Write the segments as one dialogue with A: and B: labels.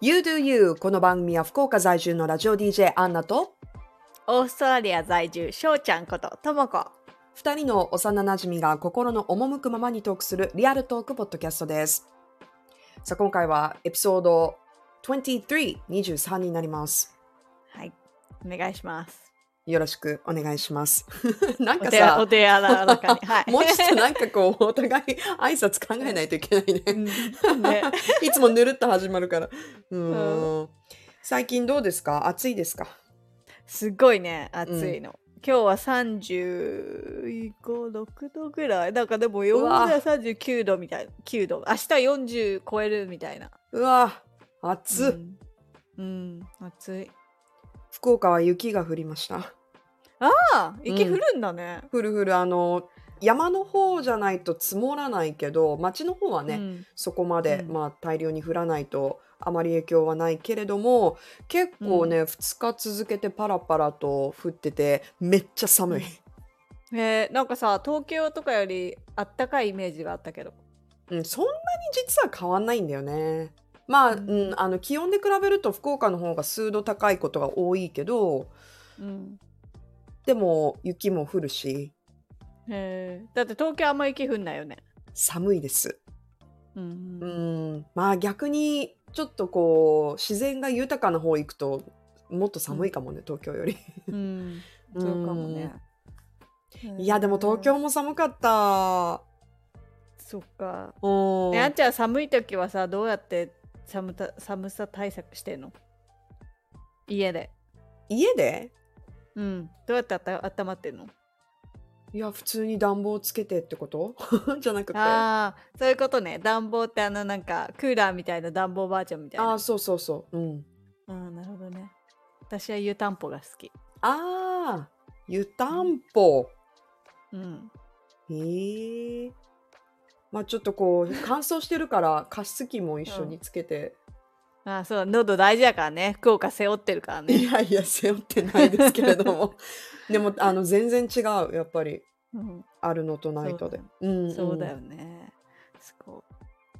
A: You Do You この番組は福岡在住のラジオ DJ アンナと
B: オーストラリア在住しょうちゃんことともこ
A: 2人の幼なじみが心の赴くままにトークするリアルトークポッドキャストですさあ今回はエピソード2323になります
B: はいお願いします
A: よろしくお願いします なん
B: お
A: か
B: 手
A: さ
B: お手柔らかにはい
A: もうちょっとなんかこうお互い挨拶考えないといけないね
B: うんね
A: いつもぬるっと始まるから。う
B: う
A: ーん。最近どうですか暑いですか
B: すごいね暑いの、今日は35、6度ぐらい。なんかでも
A: うわ
B: 40 39度みたいな。9度。明日40超えるみたいな。
A: うわ暑っ、
B: うん、うん、暑い。
A: 福岡は雪が降りました。
B: ああ、雪
A: うん
B: 降るんだね。
A: ふるふる、あの、山の方じゃないと積もらないけど、町の方はね、
B: うん
A: そこまで、
B: うん
A: まあ大量に降らないとあまり影響はないけれども、結構ね、2日続けてパラパラと降ってて、めっちゃ寒い。
B: えーなんかさ東京とかよりあったかいイメージがあったけど
A: うん、そんなに実は変わんないんだよね。まあ、う
B: うん
A: ん、あの気温で比べると福岡の方が数度高いことが多いけど、
B: うん
A: でも雪も降るし
B: へーだって東京あんま雪降んないよね
A: 寒いです。
B: うん
A: うん、まあ逆にちょっとこう自然が豊かな方行くともっと寒いかもね、東京より。
B: うんそうかもね
A: うん。いやでも東京も寒かった。
B: そっか
A: うん。
B: ねあんちゃん寒い時はさどうやって寒た寒さ対策してんの家で
A: 家で？
B: うんどうやってあた温まってんの
A: いや普通に暖房つけてってこと じゃなくて。あ
B: ああそういうことね暖房ってあのなんかクーラーみたいな暖房バージョンみたいな
A: あそうそうそう。うん。
B: あーなるほどね私は湯たんぽが好き
A: ああ湯たんぽ。
B: うん
A: へえ。まあちょっとこう乾燥してるから加湿器も一緒につけて。
B: ああそう喉大事やからね福岡背負ってるから
A: い
B: ね、
A: やいや背負ってないですけれどもでもあの全然違うやっぱり
B: うん、
A: あるのとないとでうん
B: そうだよねすごい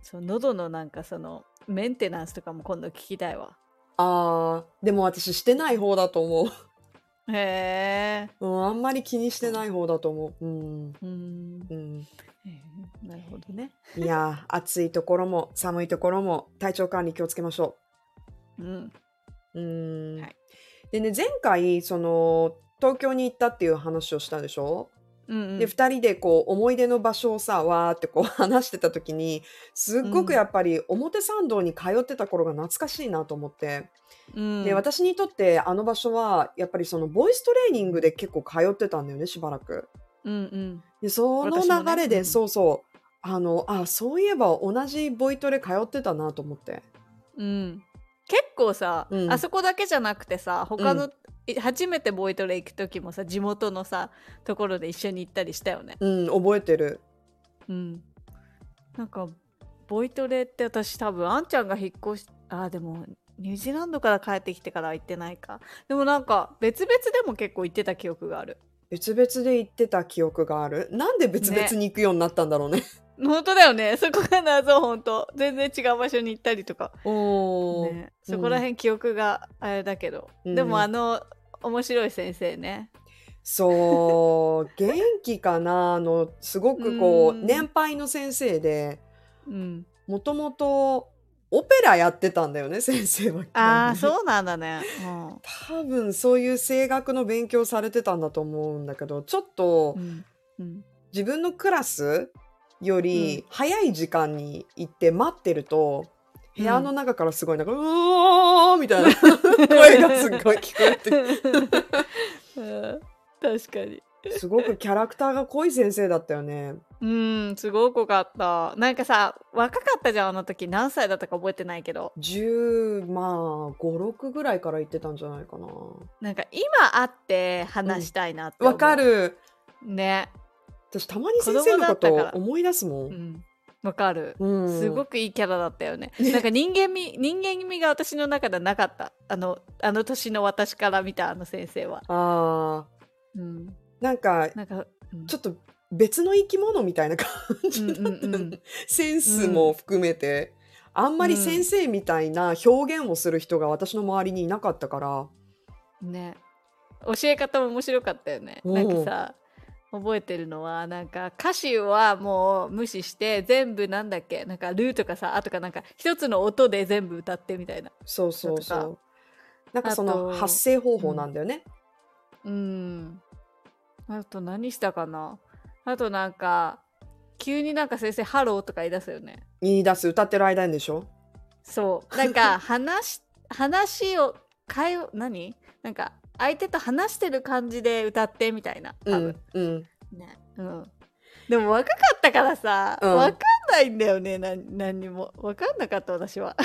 B: そう喉のなんかそのメンテナンスとかも今度聞きたいわ
A: あーでも私してない方だと思
B: へえ
A: う、うん、あんまり気にしてない方だと思ううん、
B: うん
A: うん、
B: へーなるほどね
A: いや ー暑いところも寒いところも体調管理気をつけましょ
B: うん
A: ううん、
B: はい
A: でね前回その東京に行ったっていう話をしたでしょ
B: うんうん
A: で2人でこう思い出の場所をさわーってこう 話してた時にすっごくやっぱり表参道に通ってた頃が懐かしいなと思って、
B: うん
A: で私にとってあの場所はやっぱりそのボイストレーニングで結構通ってたんだよねしばらく。
B: うんうん
A: でその
B: 私もね
A: 流れで、
B: うん
A: そうそうあのあそういえば同じボイトレ通ってたなと思って。
B: うん結構さ、
A: うん
B: あそこだけじゃなくてさ他の、い初めてボイトレ行く時もさ地元のさところで一緒に行ったりしたよね
A: うん覚えてる。
B: うん、なんかボイトレって私多分あんちゃんが引っ越しあーでもニュージーランドから帰ってきてからは行ってないかでもなんか別々でも結構行ってた記憶がある
A: 別々で行ってた記憶がある。なんで別々に行くようになったんだろうね。
B: 本当だよね そこが謎本当全然違う場所に行ったりとか、
A: お ー
B: ね、そこら辺記憶があれだけど、
A: うん
B: でもあの面白い先生ね
A: そう元気かなあのすごくこう
B: うん
A: 年配の先生で
B: うん
A: もともとオペラやってたんだよね先生は。
B: ああそうなんだね、うん
A: 多分そういう声楽の勉強されてたんだと思うんだけどちょっと
B: うん うん、
A: 自分のクラスより早い時間に行って待ってると。部屋の中からすごいなんか、うおーみ たいな声がすっごい聞こえて
B: うん確かに
A: すごくキャラクターが濃い先生だったよね。
B: うん、すごく良かった。なんかさ、若かったじゃん、あの時。何歳だったか覚えてないけど。
A: 10まあ56ぐらいから行ってたんじゃないかな
B: なんか今会って話したいなって思う
A: わか。る
B: ね。
A: 私たまに先生のこ
B: 子
A: と
B: 供だったから
A: 思い出すも、
B: うんん。わかる。
A: うん
B: すご
A: く
B: くいいキャラだったよね。なんか人間味、人間味が私の中ではなかった。あの、あの年の私から見たあの先生は。
A: あ
B: うん。
A: ーなんか
B: なんか、うん
A: ちょっと別の生き物みたいな感じだったよね、
B: うんうんうん
A: センスも含めて、あんまり先生みたいな表現をする人が私の周りにいなかったから、
B: ね教え方も面白かったよね
A: うん
B: なんかさ覚えてるのはなんか歌詞はもう無視して全部なんだっけなんかルーとかさあとかなんか一つの音で全部歌ってみたいな
A: そうそうそ
B: なん
A: う。なんかその
B: あと
A: 発声方法なんだよね。
B: うんあと何したかなあとなんか急になんか先生「ハロー」とか言い出すよね
A: 言い出す歌ってる間にでしょ
B: そうなんか話し話を会話何なんか相手と話してる感じで歌ってみたいな多
A: うんう
B: 分、
A: ん
B: ね、うん。でも若かったからさ、
A: うん
B: わかんないんだよね、な何にも。わかんなかった私は。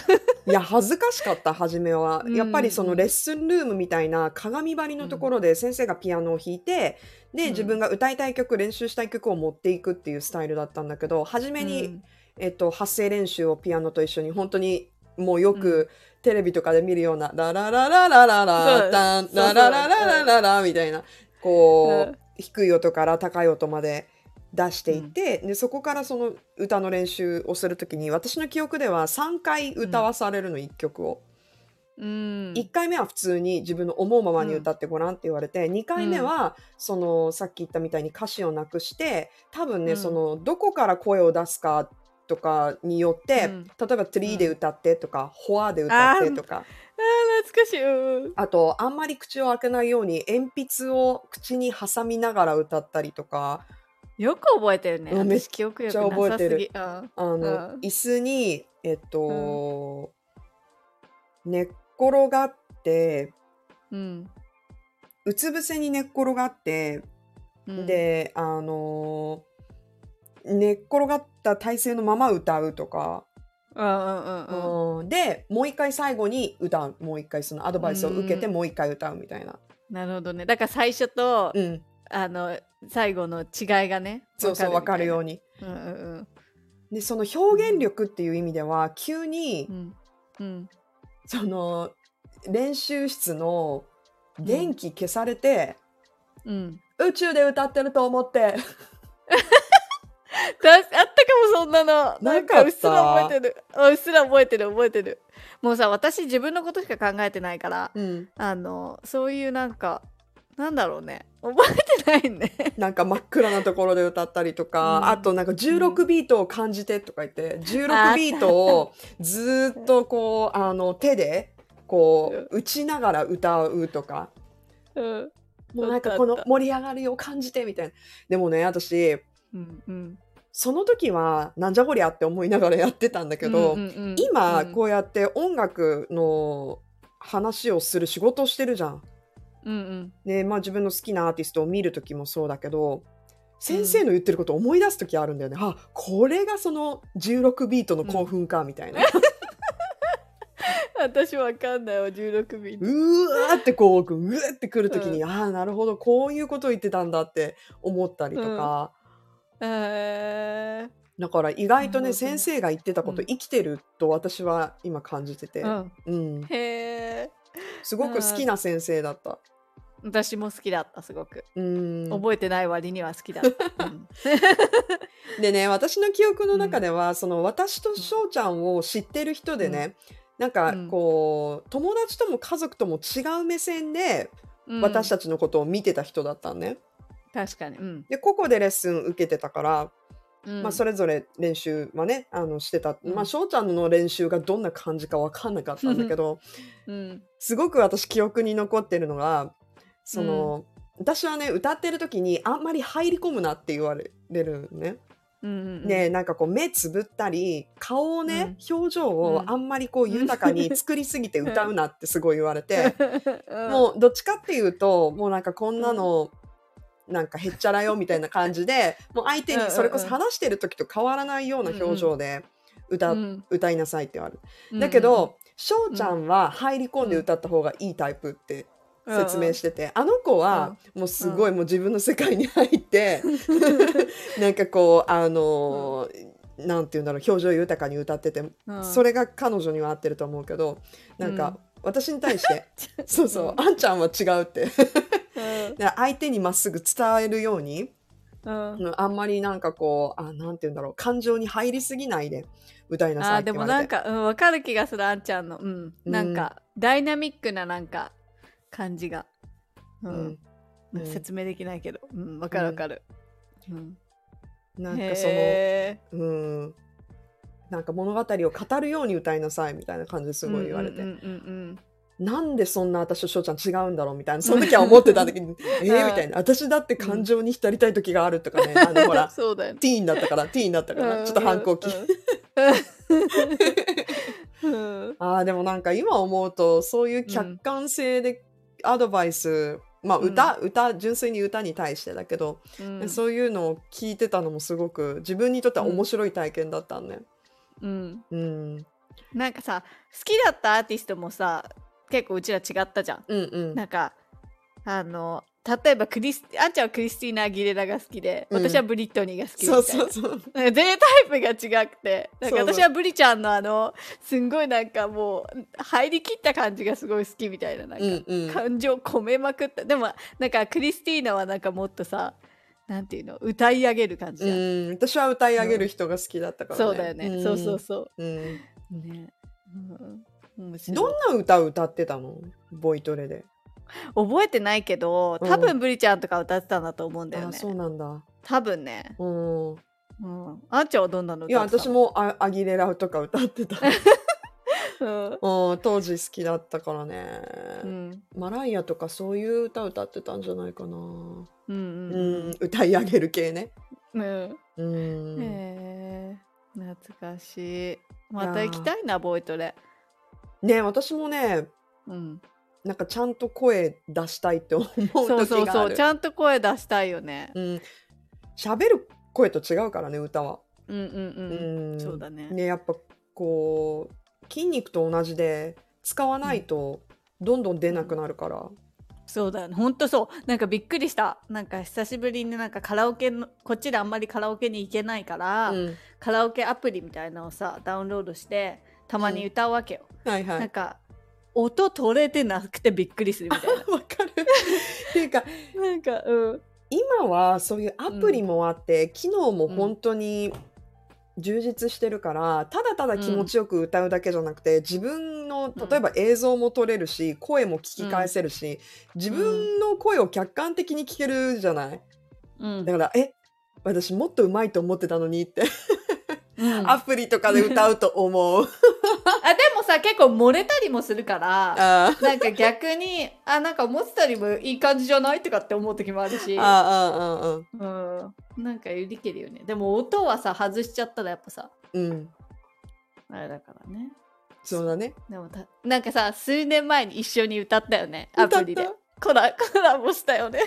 A: いや恥ずかしかった初めは
B: うん
A: やっぱりそのレッスンルームみたいな鏡張りのところで先生がピアノを弾いて
B: うん
A: で自分が歌いたい曲練習したい曲を持っていくっていうスタイルだったんだけど初めに、えっと、発声練習をピアノと一緒に本当にもうよくテレビとかで見るような「ララララララ
B: そ
A: ラ
B: う
A: タン
B: そうそ
A: ラ
B: う
A: ララララララ」みたいなこ
B: う
A: うん低い音から高い音まで出していってでそこからその歌の練習をするときに私の記憶では3回歌わされるの1曲を。
B: うん。
A: 1回目は普通に自分の思うままに歌ってごらんって言われて、2回目はそのさっき言ったみたいに歌詞をなくして多分ね、
B: うん
A: そのどこから声を出すかとかによって、
B: うん
A: 例えば「トリー」で歌ってとか「ホア」で歌ってとか
B: あー懐かしい。うん
A: あとあんまり口を開けないように鉛筆を口に挟みながら歌ったりとか
B: よく覚えてるね。
A: うんめっ
B: 私記憶力なさすぎ。うん
A: あの、
B: うん
A: 椅子にえっと、寝っ転がって
B: うん。
A: うつ伏せに寝っ転がって
B: うん、
A: で、あのー寝っ転がった体勢のまま歌うとか、
B: うんうんうんうん。
A: うんでもう一回最後に歌うもう一回そのアドバイスを受けてもう一回歌うみたいな、
B: なるほどね。だから最初と、
A: うん
B: あの、最後の違いがね。
A: そうそう分かるよ
B: う
A: うに
B: に。うんうん
A: でその表現力っていう意味では急に、
B: うん。うん。
A: その練習室の電気消されて、
B: うん。
A: 宇宙で歌ってると思って
B: だあ ったかもそんなのなん
A: なかっ
B: か
A: た
B: うっすら覚えてるうんうっすら覚えてる覚えてるもうさ私自分のことしか考えてないから
A: うん
B: あのそういうなんかなんだろうね覚えてないね
A: なんか真っ暗なところで歌ったりとか、
B: うん
A: あとなんか16ビートを感じてとか言って、16ビートをずーっとこうあの手でこう打ちながら歌うとか
B: うん
A: もうなんかこ
B: あっ
A: の
B: たあった
A: 盛り上がりを感じてみたいなでもね私
B: うんうん
A: その時はなんじゃこりゃって思いながらやってたんだけど、
B: うんうんうん
A: 今
B: うん
A: こうやって音楽の話をする仕事をしてるじゃん。
B: うんうん
A: でまあ、自分の好きなアーティストを見る時もそうだけど先生の言ってることを思い出す時あるんだよね、あこれがその16ビートの興奮かみたいな、
B: 私わかんないわ16ビー
A: う
B: ト
A: わーってこううわーってくる時に、ああなるほどこういうこと言ってたんだって思ったりとか、
B: え
A: だから意外と
B: な
A: ね
B: るほどね
A: 先生が言ってたこと、
B: うん
A: 生きてると私は今感じてて、
B: ーうん
A: うん、
B: へえ
A: すごく好きな先生だった。
B: 私も好きだったすごく
A: うん、
B: 覚えてない割には好きだ った、うん
A: でね私の記憶の中では、その私と翔ちゃんを知ってる人でね、なんか
B: うん
A: こう友達とも家族とも違う目線で
B: うん
A: 私たちのことを見てた人だったんね。
B: 確かにうん、
A: で個々でレッスン受けてたから、
B: うん、
A: まあ、それぞれ練習はねあのしてた、
B: うん
A: まあ、翔ちゃんの練習がどんな感じか分かんなかったんだけど
B: うん
A: すごく私記憶に残ってるのがその、私はね歌ってる時にあんまり入り込むなって言われるのね。
B: うんうんうん
A: ね、なんかこう目つぶったり顔をね、表情をあんまりこう豊かに作りすぎ て歌うなってすごい言われ て、
B: も
A: もうどっちかっていうともうなんかこんなの、なんかへっちゃらよみたいな感じ でもう相手
B: うんうん
A: に
B: うん
A: それこそ話してる時と変わらないような表情で歌,、
B: ん
A: 歌いなさいって言われる、だけど翔ちゃんは入り込んで歌った方がいいタイプって説明してて、あの子はもうすごいもう自分の世界に入 って、なんかこうあのーなんて言うんだろう表情豊かに歌ってて、そ
B: れ
A: れが彼女には合ってると思うけどなん
B: うん
A: か私に対 して、そうそう
B: う
A: あんちゃんは違うってで相手にまっすぐ伝えるように
B: うん
A: うんあんまりなんかこうあなんて言うんだろう感情に入りすぎないで歌いなさい
B: あー
A: って
B: で
A: 言わ
B: も
A: れて
B: なんか、うん、わかる気がするあんちゃんのうん
A: うん
B: なんか、ダイナミックななんか感じが、う
A: うんんうん
B: 説明できないけどうんわかるわかる、うん
A: なんかその
B: へ
A: うんなんか物語を語るように歌いなさいみたいな感じです
B: ー
A: ごい言われて、
B: うんうんうん
A: なんでそんな私と翔ちゃん違うんだろうみ たいなその時は思ってた時にえ
B: う
A: ー
B: ん
A: みたいな私だって感情に浸りたい時があるとかねあ
B: う
A: の
B: ん
A: ほら
B: そうだよね
A: ティーンだったからティーンだったからちょっと反抗期
B: うんうんうん
A: あーでもなんか今思うとそういう客観性でアドバイス、まあ歌、歌純粋に歌に対してだけど、
B: うん
A: そういうのを聞いてたのもすごく自分にとっては面白い体験だったんね。
B: うん
A: うん、うん、
B: なんかさ好きだったアーティストもさ結構うちら違ったじゃん
A: うんうん
B: なんかあの例えばクリスあんちゃんはクリスティーナ・アギレラが好きで、
A: うん
B: 私はブリットニーが好きみたい
A: そ
B: な
A: うそうそう。
B: なんか全タイプが違くてなん
A: そ
B: か
A: うそう
B: 私はブリちゃんのあのすんごいなんかもう入りきった感じがすごい好きみたいななんか、
A: うんうん。
B: 感情込めまくったでもなんかクリスティーナはなんかもっとさなんていうの歌い上げる感じじゃん、
A: うん、私は歌い上げる人が好きだったからね。
B: そうだよね、
A: ん
B: そうそうそ
A: うん
B: うね、うん、面白い
A: どんな歌を歌ってたのボイトレで。
B: 覚えてないけど多分ブリちゃんとか歌ってたんだと思うんだよ
A: あ
B: ね、
A: そうなんだ。
B: 多分ね、
A: うん。
B: うん、あんちゃんはどんなの
A: いや
B: 歌ってた
A: 私
B: の
A: もアアギレラとか歌って た。
B: うん
A: うん、当時好きだったからね、
B: うん
A: マライアとかそういう歌歌ってたんじゃないかな、
B: う
A: うん
B: んうん
A: 歌い上げる系ね
B: うんうん
A: うん、
B: へえ懐かしいまた行きたいなボイトレ
A: ね私もね
B: うん
A: なんかちゃんと声出したいって思う時がある
B: そうそうそうちゃんと声出したいよね
A: うん、喋る声と違うからね歌は、
B: うんうん
A: う
B: うん、
A: ん
B: そうだね
A: ねやっぱこう筋肉と同じで使わないとどんどん出なくなるから、
B: そうだよねほんとそうなんかびっくりしたなんか久しぶりになんかカラオケのこっちであんまりカラオケに行けないから、
A: うん
B: カラオケアプリみたいなのをさダウンロードしてたまに歌うわけよ、
A: はいは
B: なん
A: い
B: か音取れてなくてびっくりするみたい な
A: わかるっていうか
B: なんかうん
A: 今はそういうアプリもあって、機能も本当に充実してるから、ただただ気持ちよく歌うだけじゃなくて自分の
B: うん
A: 例えば映像も撮れるし、声も聞き返せるし、自分の声を客観的に聞けるじゃない
B: うん
A: だからえ私もっと上手いと思ってたのにって
B: うん
A: アプリとかで歌うと思う
B: あでもさ結構漏れたりもするから
A: あ
B: なんか逆にあなんか思ってたよりもいい感じじゃないとかって思う時もあるし
A: ーあーあーあー
B: うん、なんか売り切るよねでも音はさ外しちゃったらやっぱさ
A: うん
B: あれだからね
A: そうだね
B: でもたなんかさ数年前に一緒に歌ったよねアプリで
A: 歌っ
B: コラコラボしたよね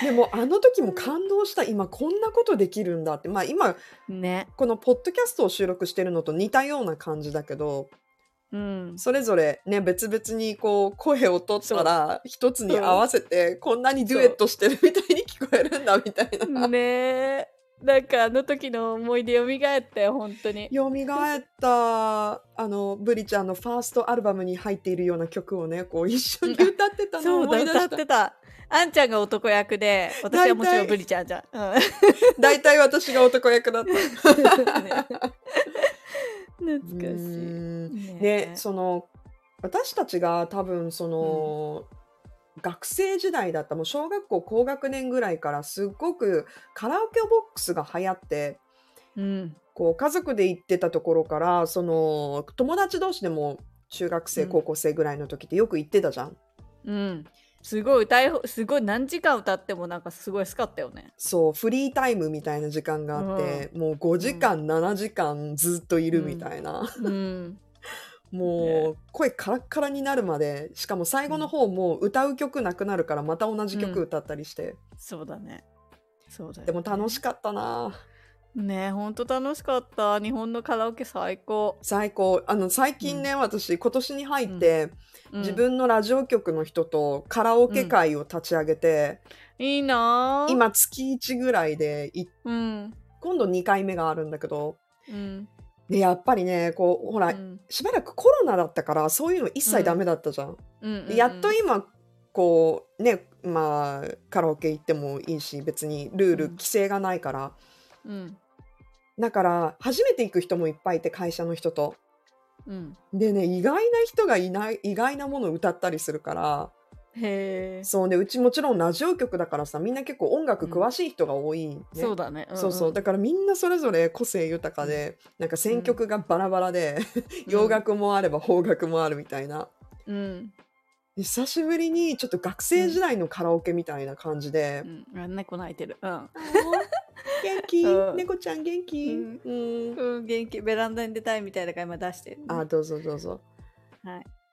A: たでもあの時も感動した今こんなことできるんだってまあ今
B: ね
A: このポッドキャストを収録してるのと似たような感じだけど
B: うん
A: それぞれね別々にこう声を取ったら一つに合わせてこんなにデュエットしてるみたいに聞こえるんだみたいな。
B: ねえなんかあの時の思い出蘇ったよ本当に
A: よみがえったあのブリちゃんのファーストアルバムに入っているような曲をねこう一緒に歌ってたのを
B: そう
A: 思
B: だ
A: い出
B: 歌
A: し
B: ったてたあんちゃんが男役で私はもちろんブリちゃんじゃん、うん
A: 大体私が男役だった。
B: 懐か
A: う
B: し
A: ん
B: い。ね
A: でその私たちが多分その、学生時代だったもう小学校高学年ぐらいからすっごくカラオケボックスが流行って
B: うん、
A: こう家族で行ってたところからその友達同士でも中学生、
B: うん
A: 高校生ぐらいの時ってよく行ってたじゃん。
B: うん、すごい歌いほすごい何時間歌ってもなんかすごい好かったよね。
A: そうフリータイムみたいな時間があって、もう5時間、7時間ずっといるみたいな、
B: うん、
A: もう声カラッカラになるまでしかも最後の方もう歌う曲なくなるからまた同じ曲歌ったりして、
B: そうだね。そうだよ
A: で
B: ね
A: も楽しかったな
B: ねえほんと楽しかった日本のカラオケ最高、
A: 最高あの最近ね、私今年に入って、
B: うん
A: 自分のラジオ局の人とカラオケ会を立ち上げて、
B: いいなあ、
A: 今月1ぐらいでい
B: うん
A: 今度2回目があるんだけど
B: うん
A: でやっぱりねこうほら、
B: うん
A: しばらくコロナだったからそういうの一切ダメだったじゃん、
B: うんうんうん
A: やっと今こうねまあカラオケ行ってもいいし別にルール
B: うん
A: 規制がないから、
B: うん
A: だから初めて行く人もいっぱいいて会社の人と。
B: うん
A: でね意外な人がいない意外なものを歌ったりするから
B: へえ
A: そうねうちもちろんラジオ局だからさみんな結構音楽詳しい人が多い、ね
B: そうだねんん
A: そうそうだからみんなそれぞれ個性豊かで、なんか選曲がバラバラで、
B: うん
A: 洋楽もあれば邦楽もあるみたいな
B: うん
A: 久しぶりにちょっと学生時代のカラオケみたいな感じで
B: う、んあ猫泣いてるうん
A: あー元気、
B: うん
A: 猫ちゃん元気、
B: うん
A: うん
B: うん元気ベランダに出たいみたいなから今出してる
A: あどうぞどうぞ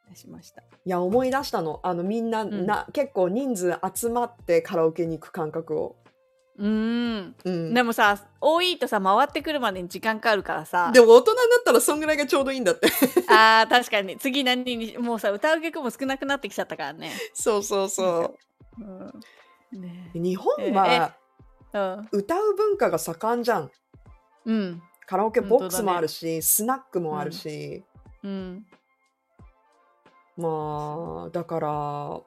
B: 出しました
A: いや思い出したのあのみんな,、
B: ん
A: な結構人数集まってカラオケに行く感覚を、
B: うん
A: うん、で
B: でもさ多いとさ回ってくるまでに時間かかるからさ
A: も大人になったらそんぐらいがちょうどいいんだって
B: あー確かに次何にもうさ歌う曲も少なくなってきちゃったからね
A: そうそうそ
B: うんね
A: う日本は
B: うん
A: 歌う文化が盛んじゃん
B: うん
A: カラオケボックスも
B: 本当だね
A: あるし、スナックもあるし、
B: うん
A: まあだから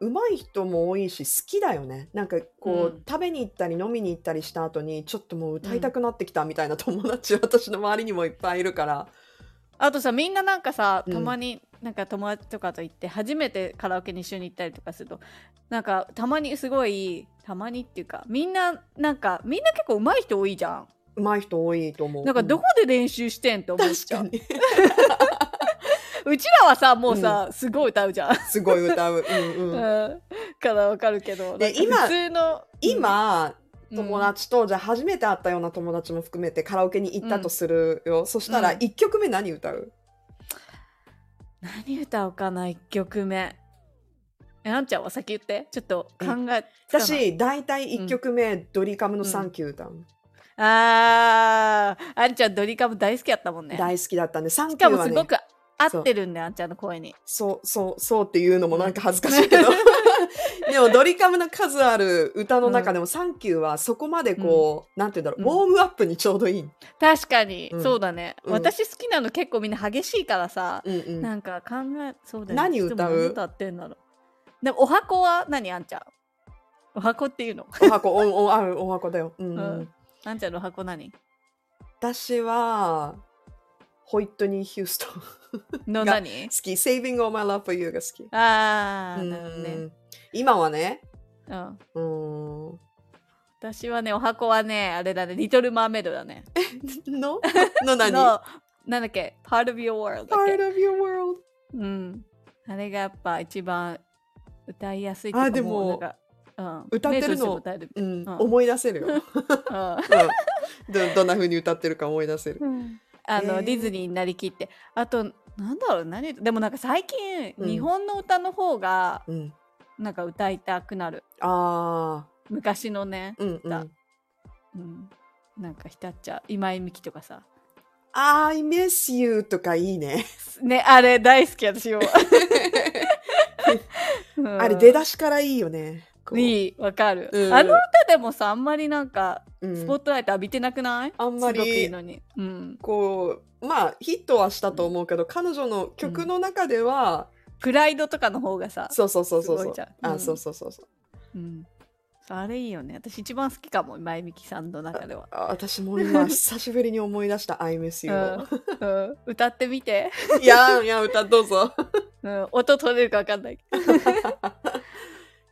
A: うまい人も多いし好きだよねなんかこう、
B: うん
A: 食べに行ったり飲みに行ったりした後にちょっともう歌いたくなってきたみたいな友達、私の周りにもいっぱいいるから
B: あとさみんななんかさ
A: うん
B: たまに、なんか友達とかと行って初めてカラオケに一緒に行ったりとかするとなんかたまにすごいたまにっていうかみんななんかみんな結構上手い人多いじゃん
A: うまい人多いと思う
B: なんかどこで練習してんって
A: う
B: 思っ
A: ん
B: ち
A: 確
B: ゃ
A: か
B: う
A: に
B: うちらはさもうさ、すごい歌うじゃん、
A: すごい歌う、うん
B: う
A: うん、
B: ん、からわかるけど
A: で
B: なんか
A: 今
B: 普通の
A: 今
B: うん
A: 友達と、じゃあ初めて会ったような友達も含めてカラオケに行ったとするよ、そしたら
B: うん
A: 1曲目何歌う、
B: 何歌おうかな1曲目えあんちゃんは先言ってちょっと考えつかない
A: 私大体1曲目、ドリカムの「サンキュー」歌う、
B: あーあんちゃんドリカム大好きやったもんね
A: 大好きだったんで「サ
B: し
A: ンキ
B: か
A: ュー」
B: も
A: は
B: す
A: ね
B: ごく合ってるんだよあんちゃんの声に
A: そうそうそうっていうのもなんか恥ずかしいけど でもドリカムの数ある歌の中でも「サンキュー」はそこまでこう、なんて言うんだろう、ウォームアップにちょうどいい、
B: 確かに、
A: うん
B: そうだね、
A: うん
B: 私好きなの結構みんな激しいからさ、
A: うんうん
B: なんか考えそうだよね
A: 何歌う
B: いつも何歌ってんだろうでもお箱は何あんちゃんお箱っていうの
A: お箱おおあお箱だよ、うんうん
B: うんあんちゃんのお 箱何
A: 私はホイットニー・ヒューストン好
B: の
A: が
B: 何
A: き 「Saving All My Love for You」が好き
B: ああ
A: うん
B: なるほどね、
A: 今はね
B: うん、
A: うーん
B: 私はねお箱はねあれだねリトル・マーメイドだね
A: のの何
B: のなんだっけ Part of Your World だっけ
A: Part of your world
B: うん。あれがやっぱ一番歌いやすい
A: あでも
B: うなんか、うん、
A: 歌ってるの
B: 目閉じも歌える
A: うん、
B: うん
A: 思い出せ るよ、うんどどんな風に歌ってるか思い出せる
B: うんあの、
A: えー
B: ディズニーになりきってあとなんだろう何でもなんか最近、
A: うん
B: 日本の歌の方が
A: うん
B: なんか歌いたくなる
A: あ
B: 昔のね
A: ー、うんうん、
B: だうん、なんか浸っちゃう今井美樹とかさ
A: I miss you とかいいね。
B: ねあれ大好き私も、 うん
A: あれ出だしからいいよね。こう
B: いいわかる、
A: うん
B: あの歌でもさあんまりなんか
A: うん
B: スポットライト浴びてなくない、
A: あんます
B: ごくいい
A: り
B: のに。うん、
A: こうまあヒットはしたと思うけど、彼女の曲の中では、
B: プライドとかの方がさ、
A: そうそうそうそう
B: す
A: そ
B: ご
A: う
B: いじゃんう
A: あ
B: ん
A: そうそうそうそう
B: うん、あれいいよね。私一番好きかも、前みきさんの中では。
A: あ私も 今久しぶりに思い出した I miss
B: う
A: you を、
B: んうん歌ってみて、
A: いやいや歌どう ぞ
B: うん、音取れるかわかんないけ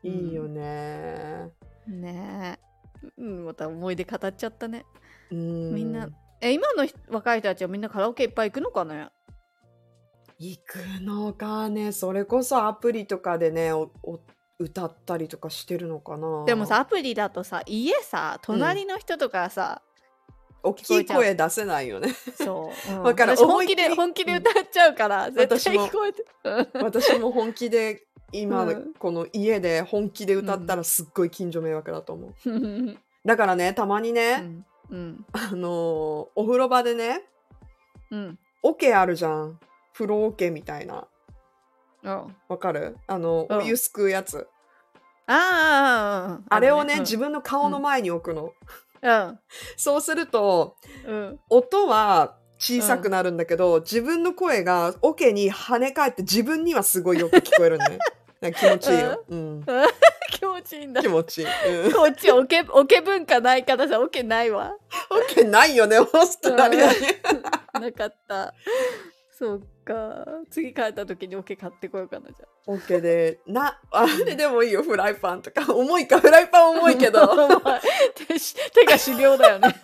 A: いいよね
B: ど。ねえ、うん、また思い出語っちゃったね。
A: うん
B: みんなえ今の人若い人たちはみんなカラオケいっぱい行くのかね
A: 行くのかねそれこそアプリとかでねおお歌ったりとかしてるのかな
B: でもさアプリだとさ家さ隣の人とかさ、
A: 大きい声出せないよ ね
B: そう、うん
A: わかる
B: 私本気
A: 思いっき
B: で
A: り
B: 本気で歌っちゃうから、絶対
A: 私も
B: 聞こ えて
A: 私も本気で今
B: う
A: の
B: ん
A: この家で本気で歌ったらすっごい近所迷惑だと思う
B: うん
A: だからねたまにね、
B: うん
A: あのーお風呂場でね
B: うん
A: オケあるじゃん風呂オケみたいな
B: あ
A: わかるあの、
B: うん
A: お湯すくうやつ
B: あーあーあー
A: あれをね、
B: うん
A: 自分の顔の前に置くの、
B: うん
A: そうすると
B: うん
A: 音は小さくな るんだけど、自分の声がオケに跳ね返って自分にはすごいよく聞こえるのねなんか気持ちいいよ。うん、
B: 気持ちいいんだ
A: 気持ちいい。うん
B: こっちオケオケ文化ないからさオケないわ
A: オッケーないよね、オーストラリアに。
B: なかったそうか次帰った時にオケ買ってこようかなじゃあ
A: オッケーで、な、あれでもいいよ、フライパンとか。重いか、フライパン重い けど。
B: 重い手し手が修行だよね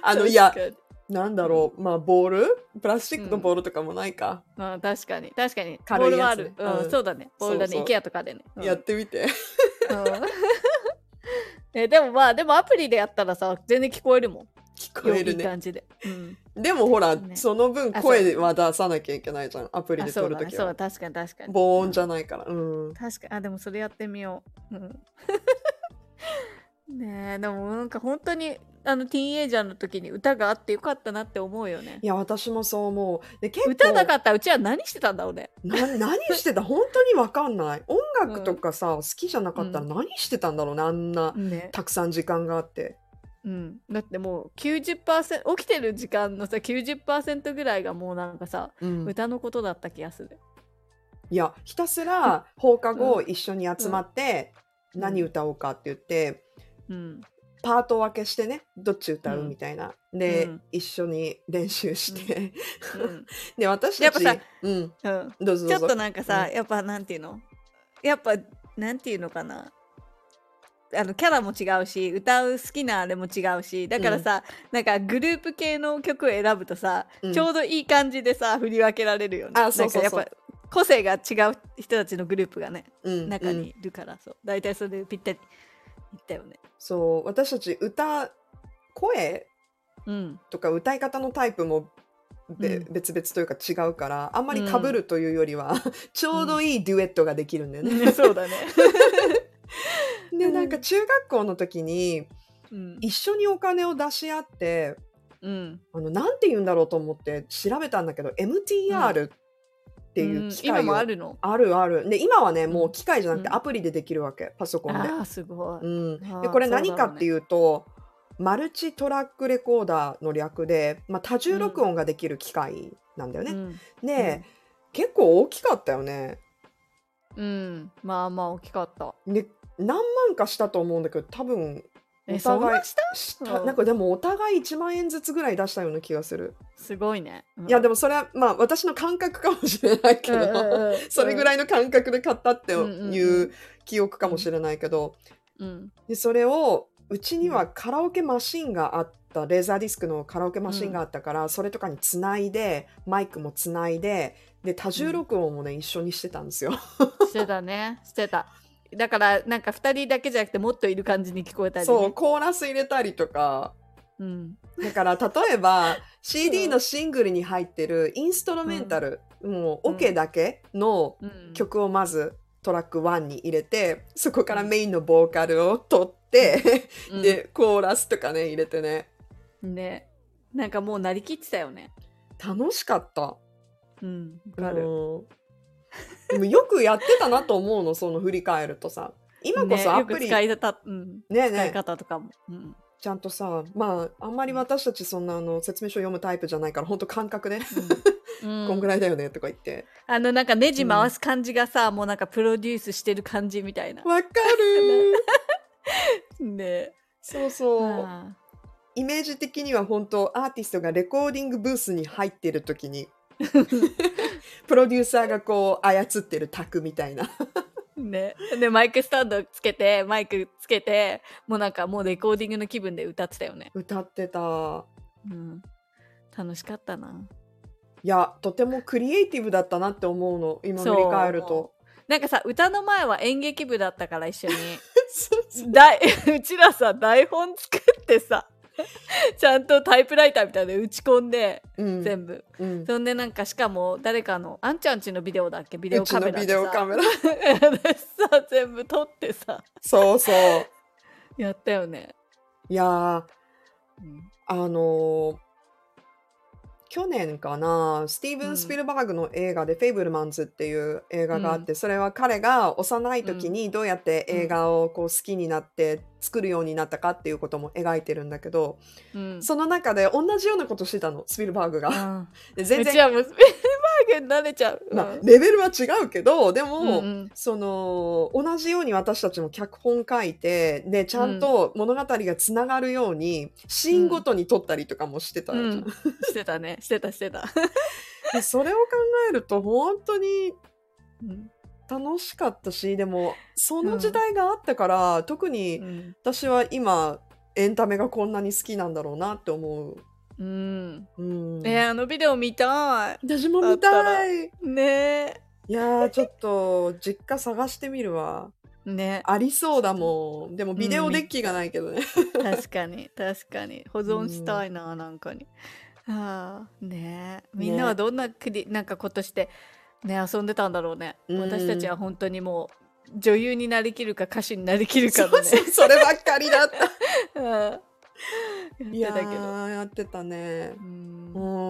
A: あの、いや
B: 確、かに
A: なんだろう、まあ、ボールプラスチックのボールとかもないか。
B: まあ確かに確かにボ
A: 軽
B: ー
A: い
B: ルは
A: や
B: あ
A: つね
B: る、うん
A: うん
B: そうだねボールだね
A: そうそう
B: IKEA とかでね、うん
A: やってみて。
B: うんえでもまあでもアプリでやったらさ全然聞こえるもん
A: 聞こえる
B: いい
A: ね。
B: 感じで、うん、
A: でもほら、
B: ね
A: その分
B: あそう
A: 声は出さなきゃいけないじゃん、アプリ
B: あ
A: で
B: そ
A: 撮
B: う
A: る
B: だ
A: と
B: ね
A: き
B: そう
A: は。
B: だ確かに確かに
A: 防音じゃないから。うん。
B: 確かにあでもそれやってみよう、うん、 ねえでもなんか本当にあのティーンエイジャーの時に歌があってよかったなって思うよね
A: いや、私もそう思う。で、結構
B: 歌なかったらうちは何してたんだろうね
A: な何してた本当にわかんない。音楽とかさ、好きじゃなかったら何してたんだろうね、あんな、
B: ね、
A: たくさん時間があって。
B: うん、だってもう90%起きてる時間のさ90%ぐらいがもうなんかさ、
A: うん
B: 歌のことだった気がする
A: いやひたすら放課後一緒に集まって
B: うん
A: 何歌おうかって言って
B: うん
A: パート分けしてねどっち歌うみたいな、で、
B: うん
A: 一緒に練習して、
B: うん、
A: で私
B: や
A: た
B: っぱ
A: ち
B: さ
A: うん、
B: うん
A: どうぞ
B: ち
A: ど
B: ょ
A: うぞ
B: っとなんかさ、やっぱなんていうのやっぱなんていうのかなあのキャラも違うし歌う好きなあれも違うしだからさ、なんかグループ系の曲を選ぶとさ、
A: うん
B: ちょうどいい感じでさ振り分けられるよね
A: あそうそうそう
B: なんかやっぱ個性が違う人たちのグループがね
A: うん
B: 中
A: うん
B: にいるから、そう大体それでぴったりいったよね
A: そう私たち歌声
B: うん
A: とか歌い方のタイプもべ、
B: うん
A: 別々というか違うからあんまりかぶるというよりは、 ちょうどいいデュエットができるんだよね。
B: そうだね、
A: でなんか中学校の時に
B: うん
A: 一緒にお金を出し合って
B: うん、
A: あの、なんて言うんだろうと思って調べたんだけど、MTR っていう機
B: 今
A: 械を、
B: もあ
A: ある
B: るの
A: あるで、今はね、もう機械じゃなくて
B: うん
A: アプリでできるわけ、パソコンで
B: あ。あすごい、
A: うん。
B: あ
A: で、
B: ー
A: これ
B: そうだろうね
A: 何かっていうと、マルチトラックレコーダーの略で、まあ、多重録音ができる機械なんだよね。で、結構大きかったよね。
B: うん、うん、まあまあ大きかった
A: で、何万かしたと思うんだけど、多分、
B: え
A: お
B: そん
A: 互い
B: なした
A: した、
B: うん
A: なんかでもお互い1万円ずつぐらい出したような気がする。
B: すごいね。
A: いや、で
B: も、
A: もそれは、まあ、私の感覚かもしれないけど。 それぐら
B: い、
A: いの感覚で買ったって
B: うんうんうん
A: いう記憶かもしれないけど、
B: うん、
A: でそれをうちにはカラオケマシンがあったレーザーディスクのカラオケマシンがあったから、それとかにつないでマイクもつないでで多重録音もね、一緒にしてたんですよ。
B: してたね、してた。だから、なんか二人だけじゃなくて、もっといる感じに聞こえたり、ね。
A: そうコーラス入れたりとか
B: う。ん。
A: だから例え ば CD のシングルに入ってるインストロメンタル、もうオ、ケだけの、
B: うん、
A: 曲をまずトラック1に入れてそこからメインのボーカルを取って、
B: うん、
A: でコーラスとかね入れてね
B: ね。なんかもうなりきってたよね。
A: 楽しかった。
B: うん。わかる。
A: うんでもよくやってたなと思うのその振り返るとさ今こ
B: ね
A: そアプ
B: よく
A: リ
B: 使
A: ね
B: い方、うん。
A: え
B: 使い
A: ねえ
B: 方とかも。うん。
A: ちゃんとさまああんまり私たちそんなあの説明書読むタイプじゃないからほんと感覚で、
B: うん、
A: こんぐ
B: らい
A: らいだよねとか言 って
B: あのなんかネジ回す感じがさ、もうなんかプロデュースしてる感じみたいな
A: わかる
B: ね
A: そうそう
B: あ
A: イメージ的には本当アーティストがレコーディングブースに入ってる時 にプロデューサーがこう操ってる卓みたいな
B: ーねでマイクスタンドつけてマイクつけてもうなんかもうレコーディングの気分で歌ってたよね
A: 歌ってた
B: うん、楽しかったな。
A: いやとてもクリエイティブだったなって思うの今振
B: そう
A: り返ると
B: なんかさ歌の前は演劇部だったから一緒 に
A: そうそう
B: だいうちらさ台本作って さちゃんとタイプライターみたいなの打ち込んで、
A: うん
B: 全部
A: うん
B: そんでなんかしかも誰かのあんちゃんちのビデオだっけビデ
A: う
B: オ
A: ち
B: カ
A: の
B: メラ
A: ビ
B: で
A: デ
B: さ
A: オ カメラ
B: さ全部撮ってさ
A: そうそう
B: やったよね、
A: いやー
B: うん
A: あのー去年かなスティーブ
B: うん
A: ン・スピルバーグの映画で「フェイブルマンズ」っていう映画があって、それは彼が幼い時にどうやって映画をこう好きになって作るようになったかっていうことも描いてるんだけど、
B: うん
A: その中で同じようなことしてたのスピルバーグ が。
B: あ
A: で
B: ー
A: 全
B: うち
A: 然、
B: はもうスピルバーグに慣れちゃう。
A: まあ、レベルは違うけどで
B: う
A: も、
B: んうん
A: その同じように私たちも脚本書いてでちゃんと物語がつながるように、シーンごとに撮ったりとかもしてた
B: う
A: じゃん
B: ん、してたねしてたしてた、
A: でそれを考えると本当に
B: うん
A: 楽しかったしでもその時代があったから、特
B: う
A: に
B: ん
A: 私は今エンタメがこんなに好きなんだろうなって思
B: うん
A: う、うん、
B: えーあのビデオ見たい
A: 私も見たい
B: ねえ
A: いやーちょっと実家探してみるわ
B: ね
A: ありそうだもんでもビデオデッキがないけどね、
B: 確かに確かに保存したいな、なんかにあーねえみんなはどんなクリ、なんかことしてね遊んでたんだろうね、
A: うん
B: 私たちは本当にもう女優になりきるか歌手になりきるか
A: そ
B: の
A: う
B: ね
A: そうそればっかりだった
B: うんや
A: いや
B: ってたけど
A: ーやってたね
B: う。ん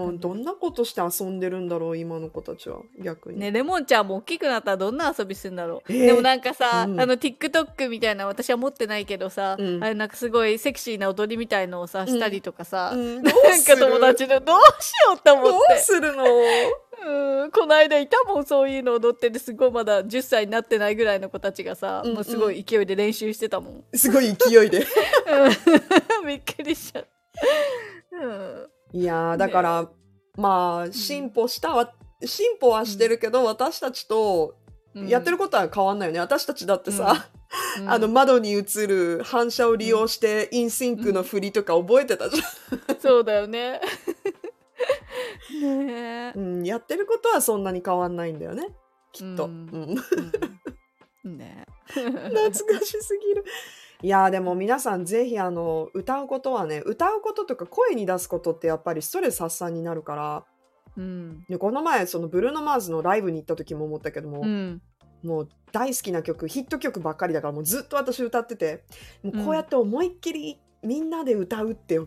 A: うん、どんなことして遊んでるんだろう、今の子たちは、逆に。
B: ね、レモンちゃんも大きくなったらどんな遊びするんだろう、
A: えー
B: でもなんかさ、
A: うん
B: あの TikTok みたいな私は持ってないけどさ、
A: うん
B: あれなんかすごいセクシーな踊りみたいのをさしたりとかさ、
A: うん、ど
B: な
A: うんする
B: か友達でどうしようって思っ
A: どう
B: て
A: するの
B: うんこの間いたもんそういうの踊っててすごいまだ10歳になってないぐらいの子たちがさ、
A: うんうん
B: もうすごい勢いで練習してたも ん
A: すごい勢いで。
B: うんびっくりしちゃう、うん、
A: いやーだから、まあ、進歩したわ、進歩はしてるけど、私たちと
B: うん
A: やってることは変わんないよね。私たちだってさ、
B: うん
A: あの窓に映る反射を利用して、インシンクの振りとか覚えてたじ
B: そうだよね ねえ
A: ゃん。うん、やってることはそんなに変わんないんだよね。きっと。
B: うん
A: うん
B: うんね
A: 懐かしすぎるいやーでも皆さんぜひあの歌うことはね歌うこととか声に出すことってやっぱりストレス発散になるから
B: うん
A: でこの前そのブルーノ・マーズのライブに行った時も思ったけども、
B: うん
A: もう大好きな曲ヒット曲ばっかりだからもうずっと私歌っててもうこうやって思いっきりみんなで歌うって、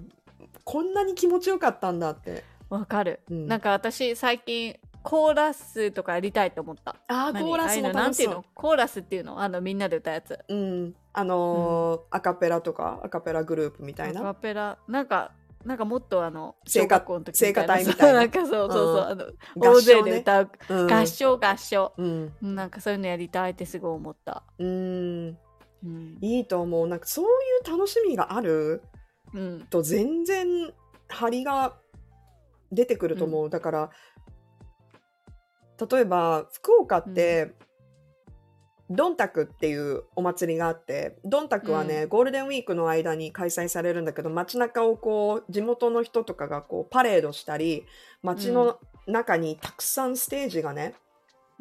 A: こんなに気持ちよかったんだって
B: わかる、
A: うん
B: なんか私最近コーラスとかやりたいと思った
A: ああ
B: 何
A: コーラス
B: ああい
A: も
B: うのなん
A: 楽
B: て
A: し
B: いう
A: そう
B: のコーラスっていうのあのみんなで歌うやつ
A: うんあのーアカペラとかアカペラグループみたい
B: ア
A: な
B: カペラなんかなんかもっとあの
A: 聖
B: 小
A: 歌
B: 学校の時みたいな
A: 聖歌隊みたいな
B: そうなんかそうそうそう、
A: うん
B: あ
A: 合
B: の大勢
A: 唱
B: で
A: ね
B: 歌う、
A: うん
B: 合唱合唱
A: うん
B: なんかそういうのやりたいってすごい思った、
A: うん
B: うん
A: いいと思う。なんかそういう楽しみがある
B: うん
A: と全然張りが出てくると思う。だから例えば福岡って、ドンタクっていうお祭りがあってドンタクはね、ゴールデンウィークの間に開催されるんだけど街中をこう地元の人とかがこうパレードしたり街の中にたくさんステージがね、
B: うん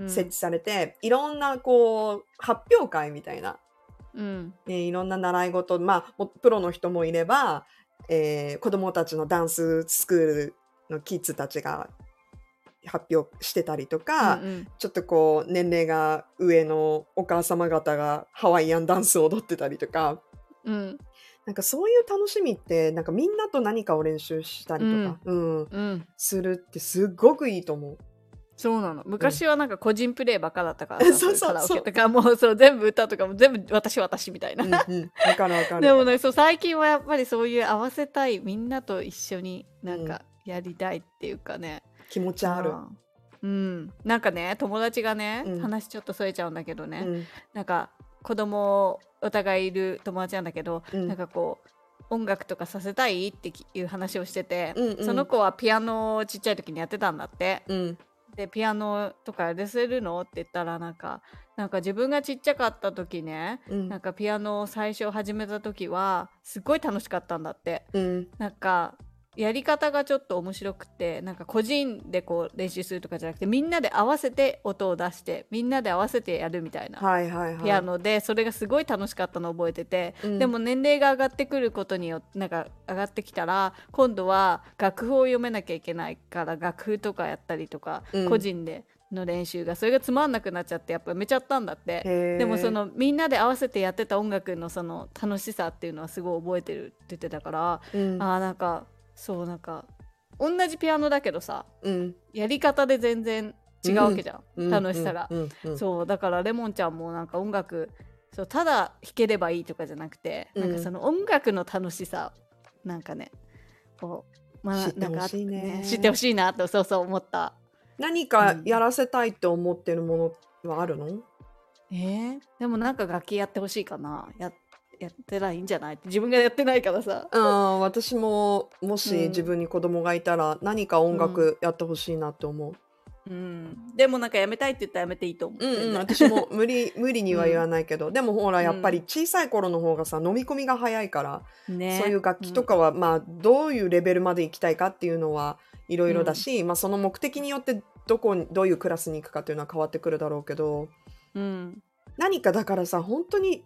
A: 設置されていろんなこう発表会みたいな
B: うん
A: ね、いろんな習い事、まあ、もプロの人もいれば、えー子どもたちのダンススクールのキッズたちが発表してたりとか、
B: うんうん
A: ちょっとこう年齢が上のお母様方がハワイアンダンスを踊ってたりとか
B: うん
A: なんかそういう楽しみってなんかみんなと何かを練習したりとか、うん
B: うん
A: するってすごくいいと思う。
B: そうなの昔はなんか個人プレイばっかだったから さ、
A: そうそう
B: いカラオ
A: そ
B: ケ
A: う
B: とかもうそう全部歌とかも全部私私みたいな、
A: うんうん、だからわかる
B: でもねそう最近はやっぱりそういう合わせたいみんなと一緒になんかやりたいっていうかね、
A: 気持ちある。
B: まあうん、なんかね友達がね、
A: うん
B: 話ちょっとそれちゃうんだけどね、
A: うん
B: なんか子供お互いいる友達なんだけど、
A: うん
B: なんかこう音楽とかさせたいっていう話をしてて、
A: うんうん
B: その子はピアノをちっちゃい時にやってたんだって、
A: うん
B: でピアノとかやらせるのって言ったらなんかなんか自分がちっちゃかった時ね
A: うん
B: なんかピアノを最初始めた時はすっごい楽しかったんだって
A: うん
B: なんかやり方がちょっと面白くてなんか個人でこう練習するとかじゃなくてみんなで合わせて音を出してみんなで合わせてやるみたいな、
A: はいはいはい。
B: ピアノでそれがすごい楽しかったのを覚えてて、
A: うん
B: でも年齢が上がってくることによってなんか上がってきたら今度は楽譜を読めなきゃいけないから楽譜とかやったりとか、
A: うん
B: 個人での練習がそれがつまんなくなっちゃってやっぱやめちゃったんだって。
A: へー
B: でもそのみんなで合わせてやってた音楽のその楽しさっていうのはすごい覚えてるって言ってたから、
A: うん
B: あーなんかそうなんか同じピアノだけどさ
A: うん
B: やり方で全然違うわけじゃん、楽しさが、
A: うんうんうん
B: そうだからレモンちゃんもなんか音楽そうただ弾ければいいとかじゃなくて、
A: うん
B: なんかその音楽の楽しさなんかねを、ま
A: 知ってほしいね
B: なんか知ってほしいなとそうそう思った
A: 何かやらせたいって思ってるものはあるの、
B: えーでもなんか楽器やってほしいかなややってないいんじゃない自分がやってないからさ
A: うん、私ももし
B: うん
A: 自分に子供がいたら何か音楽やってほしいなって思う。
B: うんでもなんかやめたいって言ったらやめていいと思う、
A: うんうん、
B: 全然
A: 私も無 理無理には言わないけど、でもほらやっぱり小さい頃の方がさ飲み込みが早いから、
B: ね
A: そういう楽器とかは、まあどういうレベルまで行きたいかっていうのはいろいろだし、まあその目的によってどこにどういうクラスに行くかっていうのは変わってくるだろうけど
B: うん
A: 何かだからさ本当に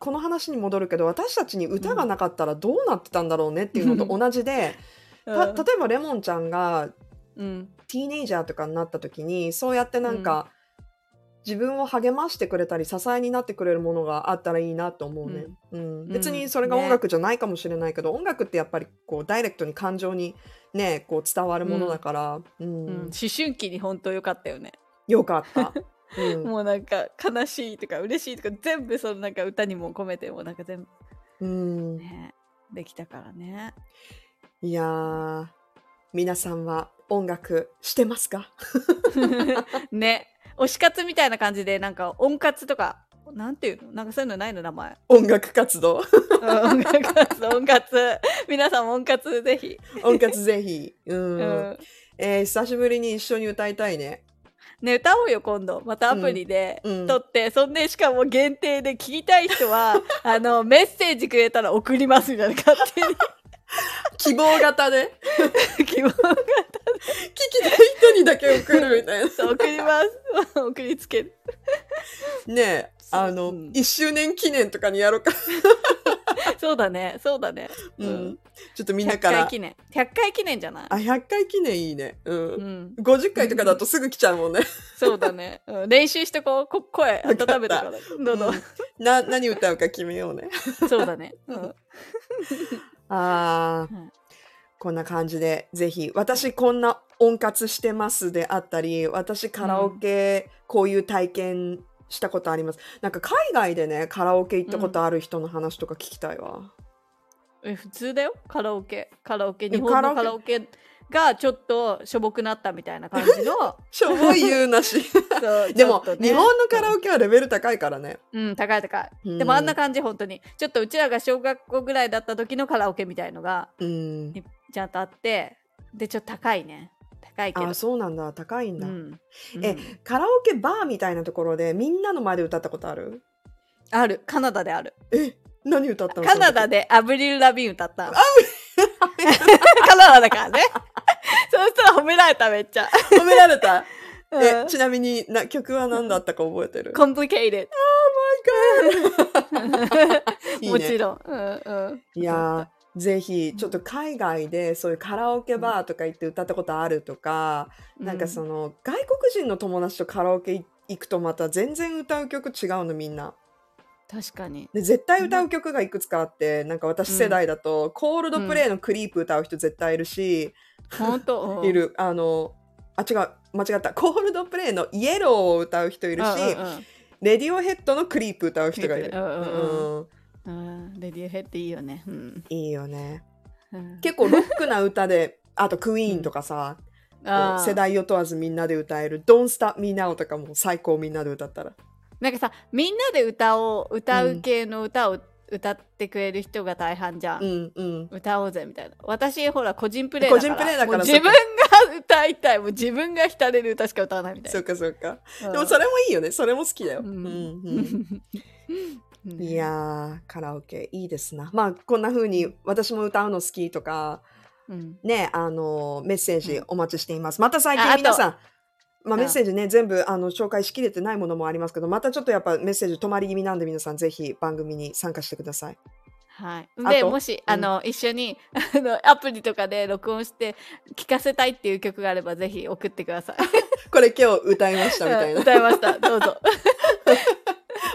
A: この話に戻るけど私たちに歌がなかったらどうなってたんだろうねっていうのと同じ で、た例えばレモンちゃんが
B: うん
A: ティーネイジャーとかになった時にそうやってなんか、自分を励ましてくれたり支えになってくれるものがあったらいいなと思うね、うん
B: ん
A: 別にそれが音楽じゃないかもしれないけど、音楽ってやっぱりこうダイレクトに感情にねこう伝わるものだから、うん
B: うん思春期に本当良かったよね
A: よかった、 うん
B: もうなんか悲しいとか嬉しいとか全部そのなんか歌にも込めてもうなんか全部
A: うん、
B: ねできたか らね
A: いやー皆さんは音楽してますか
B: ね推し活みたいな感じでなんか音活とかなんていうのなんかそういうのないの名前
A: 音楽活 動
B: うん音楽活音活皆さんも音活ぜひ、
A: 音楽ぜひ、うん
B: うん
A: えー久しぶりに一緒に歌いたいね
B: ね歌おうよ今度またアプリで
A: うんうん
B: 撮って、そんでしかも限定で聞きたい 人はあのメッセージくれたら送りますみたいな勝手
A: 希望型で
B: に希望
A: 聞きたい人にだけ送るみたい な
B: そう送ります 送りつける
A: ねえ
B: そう
A: あの、
B: うん
A: 1周年記念とかにやろうか、
B: そうだねそうだね
A: う
B: うん
A: ん、ちょっとみんな
B: 100
A: か
B: 回
A: ら
B: 記念100回記念じゃない
A: あ100回記念いいねう、
B: うんん
A: 50回とかだとすぐ来ちゃうもんね
B: そうだね、うん、練習してこうこ声温めてからどうぞ、
A: な何歌うか決めようね
B: そうだね、うん、
A: あー、
B: はい
A: こんな感じでぜひ私こんな温活してますであったり私カラオケこういう体験したことあります、なんか海外でねカラオケ行ったことある人の話とか聞きたいわ、
B: え普通だよカラオケカラオケ
A: で
B: 日本の
A: カ
B: カ
A: ラ
B: ラ
A: オ
B: オケがちょっとしょぼくなったみたいな感じの
A: しょぼい言うな し
B: そう
A: でも、
B: ちょっとね
A: 日本のカラオケはレベル高いからね
B: うん高い高い、
A: うん
B: でもあんな感じ本当にちょっとうちらが小学校ぐらいだった時のカラオケみたいのが
A: うん
B: ちゃんとあってでちょっと高いね高いけど
A: あそうなんだ高いんだ、
B: うん、
A: え
B: うん
A: カラオケバーみたいなところでみんなの前で歌ったことある
B: あるカナダである
A: 何歌ったの
B: カ ナダ
A: で
B: でアブリル・ラビーン歌ったの カナダだからね そしたら褒められためっちゃ、
A: 褒められた
B: うん、
A: えちなみにな曲は何だったか覚えてる
B: コンプリケ イテ
A: い いね
B: ッド もちろん、うんうん、
A: いやーぜひちょっと海外でそういうカラオケバーとか行って歌ったことあるとか、なんかそ
B: の、
A: の外国人の友達とカラオケ行くとまた全然歌う曲違うのみんな
B: 確かに
A: で絶対歌う曲がいくつかあって、なんか私世代だと、コールドプレイの「クリープ」歌う人絶対いるし、
B: 本 当
A: いるあのあ違う間違ったコールドプレイの「イエロー」を歌う人い
B: い
A: るし、レディオヘッドの「クリープ」歌う人がいる、
B: うんうんうん
A: うん
B: レディーヘッドいいよね、うん
A: いいよね
B: うん
A: 結構ロックな歌であとクイーンとかさ、こ
B: あ
A: う
B: ー
A: 世代を問わずみんなで歌える「Don't Stop Me Now」とかも最高みんなで歌ったら
B: なんかさみんなで歌を歌う系の歌を歌ってくれる人が大半じゃん、
A: うんうん
B: 歌おうぜみたいな私ほら個人プレイだから
A: 個人プレイだから
B: もう
A: そっ
B: 自
A: か
B: 分が歌いたいもう自分が浸れる歌しか歌わないみたい
A: そ
B: な
A: うかそうか、
B: うん
A: でもそれもいいよねそれも好きだよ、
B: う
A: うん
B: ん
A: うん
B: うん
A: いやーカラオケいいですなまあこんな風に私も歌うの好きとか
B: うん
A: ね、あの、メッセージ
B: うん
A: お待ちしています。また最
B: ああ
A: 近
B: と
A: 皆さん、まあ、
B: うん
A: メッセージね、全部あの紹介しきれてないものもありますけど、またちょっとやっぱメッセージ止まり気味なんで、皆さんぜひ番組に参加してください。
B: はい、
A: あ
B: で
A: と
B: もし、
A: うん
B: あの一緒に あのアプリとかで録音して聴かせたいっていう曲があればぜひ送ってく ださい。
A: これ今日歌いましたみたい
B: うん
A: な、
B: 歌いましたど うぞ、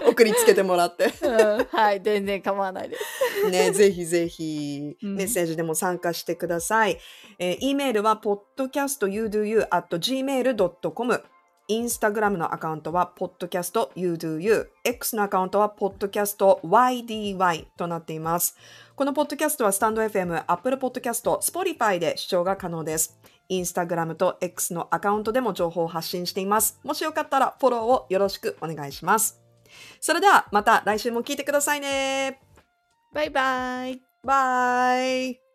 A: 送りつけてもらって。
B: うんはい全然構わないです。
A: ね、ぜひぜひ、
B: うん
A: メッセージでも参加してくだささい。えー、E メールは podcastyoudoyou.gmail.com。インスタグラムのアカウントは、ポッドキャスト YouDoYou。X のアカウントは、ポッドキャスト YDY となっています。このポッドキャストは、スタンド FM、Apple Podcast、Spotify で視聴が可能です。インスタグラムと X のアカウントでも情報を発信しています。もしよかったら、フォローをよろしくお願いします。それでは、また来週も聞いてくださいね。
B: バイバイ
A: バイ。